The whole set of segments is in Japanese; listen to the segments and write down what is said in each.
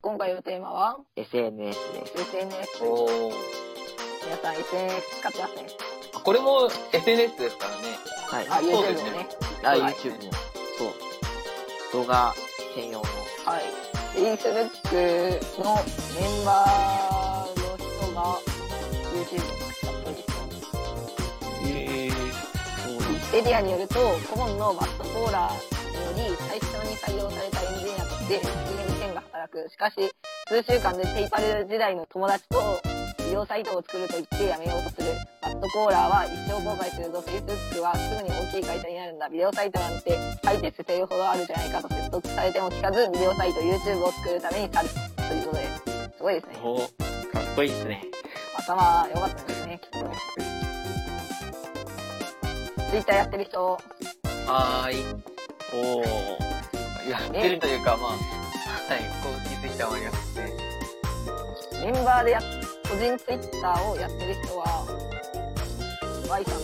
今回のテーマは SNS です。 SNS おー皆さん SNS 使ってますねこれも SNS ですからね。あはい。あ、う YouTube ですもねね YouTube も。そう。動画専用の。はい Facebook のメンバーの人が YouTube を使ったりしてますえそウうィキペディアによると、コモンのバットコーラーにより、最初に採用されたエンジニアとして、PM10 が働く。しかし、数週間でペイパル時代の友達と、利用サイトを作ると言ってやめようとする。バットコーラーは一生後悔するぞ。Facebook はすぐに大きい会社になるんだ。ビデオサイトなんて書いて捨てるほどあるじゃないかと説得されても聞かず、ビデオサイト、YouTube を作るために去る。ということで、すごいですね。おかっこいいですね。頭良かったですね、きっと。Twitter やってる人、ー、はーい。おお。やってるというか、まあ、はい、こう気づいたもありますね。メンバーでやっ個人ツイッターをやってる人は Y さんと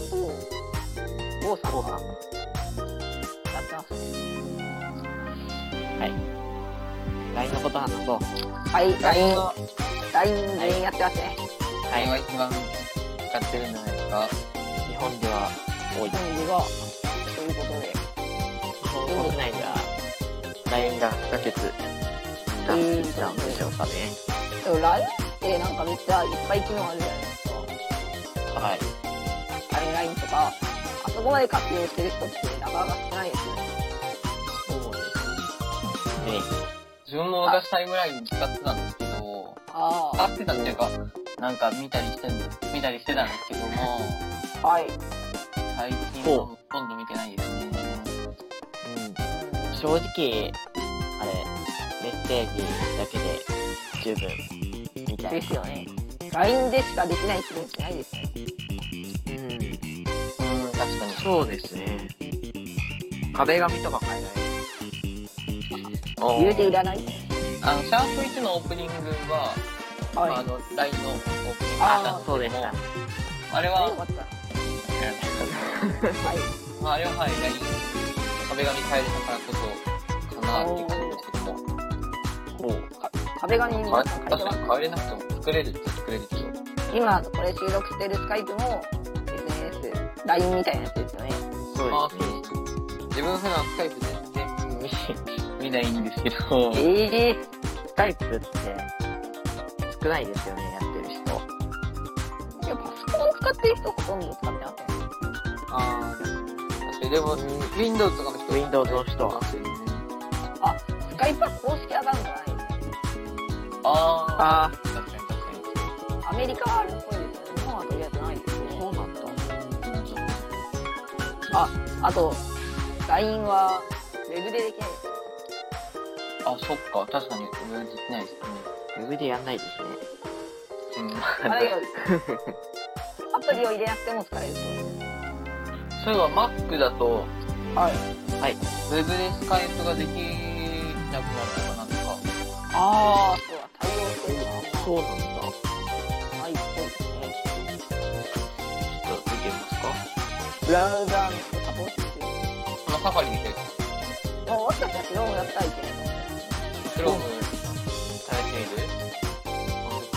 O さんがやってます LINE のこと話そう。はい LINE は LINE 全員やってますねい、が一番使ってるんじゃないですか。日本では多い。感じがということで日本国内では LINE が不可欠なうん必須なんでしょうかね。でも LINE ってなんかめっちゃいっぱい機能あるじゃないですかはい。あれ LINE とかあそこまで活用してる人ってなかなか少ないですよねそうです。ね。自分も昔タイムライン使ってたんですけど、あ使ってたっていうか、なんか見たりしてんの見たりしてたんですけども、あはい最近はほとんど見てないですね。うん。正直、あれ、メッセージだけで十分みたでいな。すよね LINE でしかできない気持ちないですねうん。うん、確かに。そうですね。壁紙とか買えない。言うていらないあの、シャープ1のオープニングは、まあ、あはいの、LINE のオープニングあそうでした。あれよかは、ったはいまあ、あれははい、LINE、壁紙変えたからこそ、かなっていう感じですけども、ほう。壁紙にまあ皆さん書い確てかますに変えれなくても作れるって作れるでしょ。今これ収録してるスカイプも SNSLINE みたいなやつですよねあそうーでそうです。自分普段スカイプ全然見見ないんですけど、ええす。スカイプって少ないですよね、やってる人。いやパソコン使ってる人ほとんど使ってませんああ、でも、Windows とかの人 Windows の人はスカイプは公式アカウントないですねあああ、あ、確かに確かに。アメリカはあるっぽいですよね日本はとりあえずないですねそうなんだ。あと LINE はウェブでできないですあ、そっか、確かに、俺できないですね。ウェブでやんないですね。うん。あれよアプリを入れなくても使えるそうですそういえば、Mac だと、はいウェブでスカイプができなくなるのかなんとか。ああそうだ対応してるのはそうなんだ。ないっぽいですねちょっと見てみますか。ブラウザーの人サポートしてるこのサファリで、もうもしかしたら昨日もやったらいけないかもしれない Chrome されている。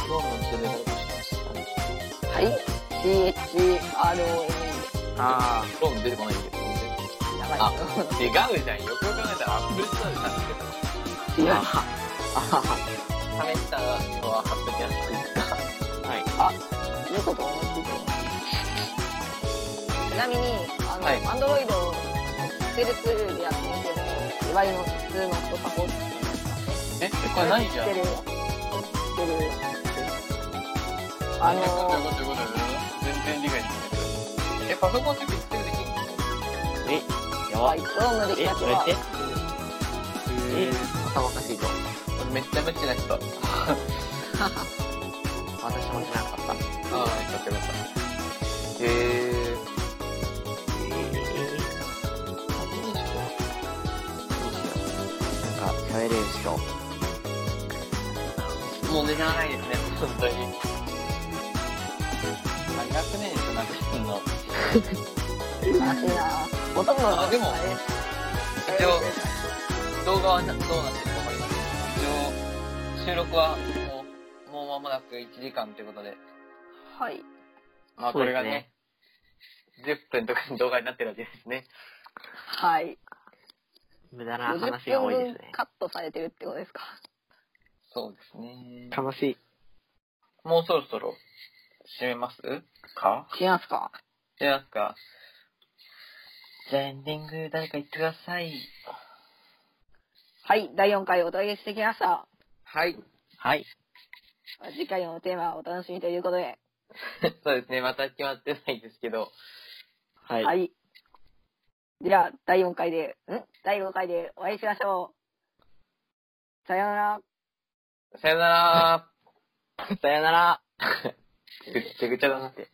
Chrome のツールが欲しいです。はい。CHROME です。あ Chrome 出てこないんだけど、やばい。あ違うじゃん。よくよく考えたら Apple Store で買ってたかー違うあは。あはは。ら試したのは貼っときやすいですか。はい。いいこと思いついてるちなみに、あの、はい Android をセルツールでやってみても、いわゆる普通の人サポートえ、これないじゃんして。る。してる。あの、全然理解できない。え、パソコンってピクセルできるのえ、やばはいい、。Chrome でえ、きたそ人れっはて、ええ、頭おかしいぞ。めっちゃ無知な人。あ私も知らなかった。あ、よかったよかった。へえ。えー、なんか、喋れる人。もう寝らないですね、本当に。あ、200年じゃなくてんの。素晴らしいなほとんど、あでもあれです一応、動画はどうなってるかわかります。一応、収録はもう、もう間もなく1時間ということで、はい。まあこそうですねれがね、10分とかの動画になってるわけですね。はい。無駄な話50が多いで分す分ね。カットされてるってことですか。そうですね。悲しい。もうそろそろ、締めますか違いますかじゃあ、か。じゃあエンディング誰か言ってください。はい。第4回お届けしてきました。はい。はい。次回のテーマはお楽しみということで。そうですね。また決まってないですけど。はい。はい。じゃあ、第4回で、ん第5回でお会いしましょう。さようなら。さよなら。さよなら。ぐっちゃぐちゃだなって。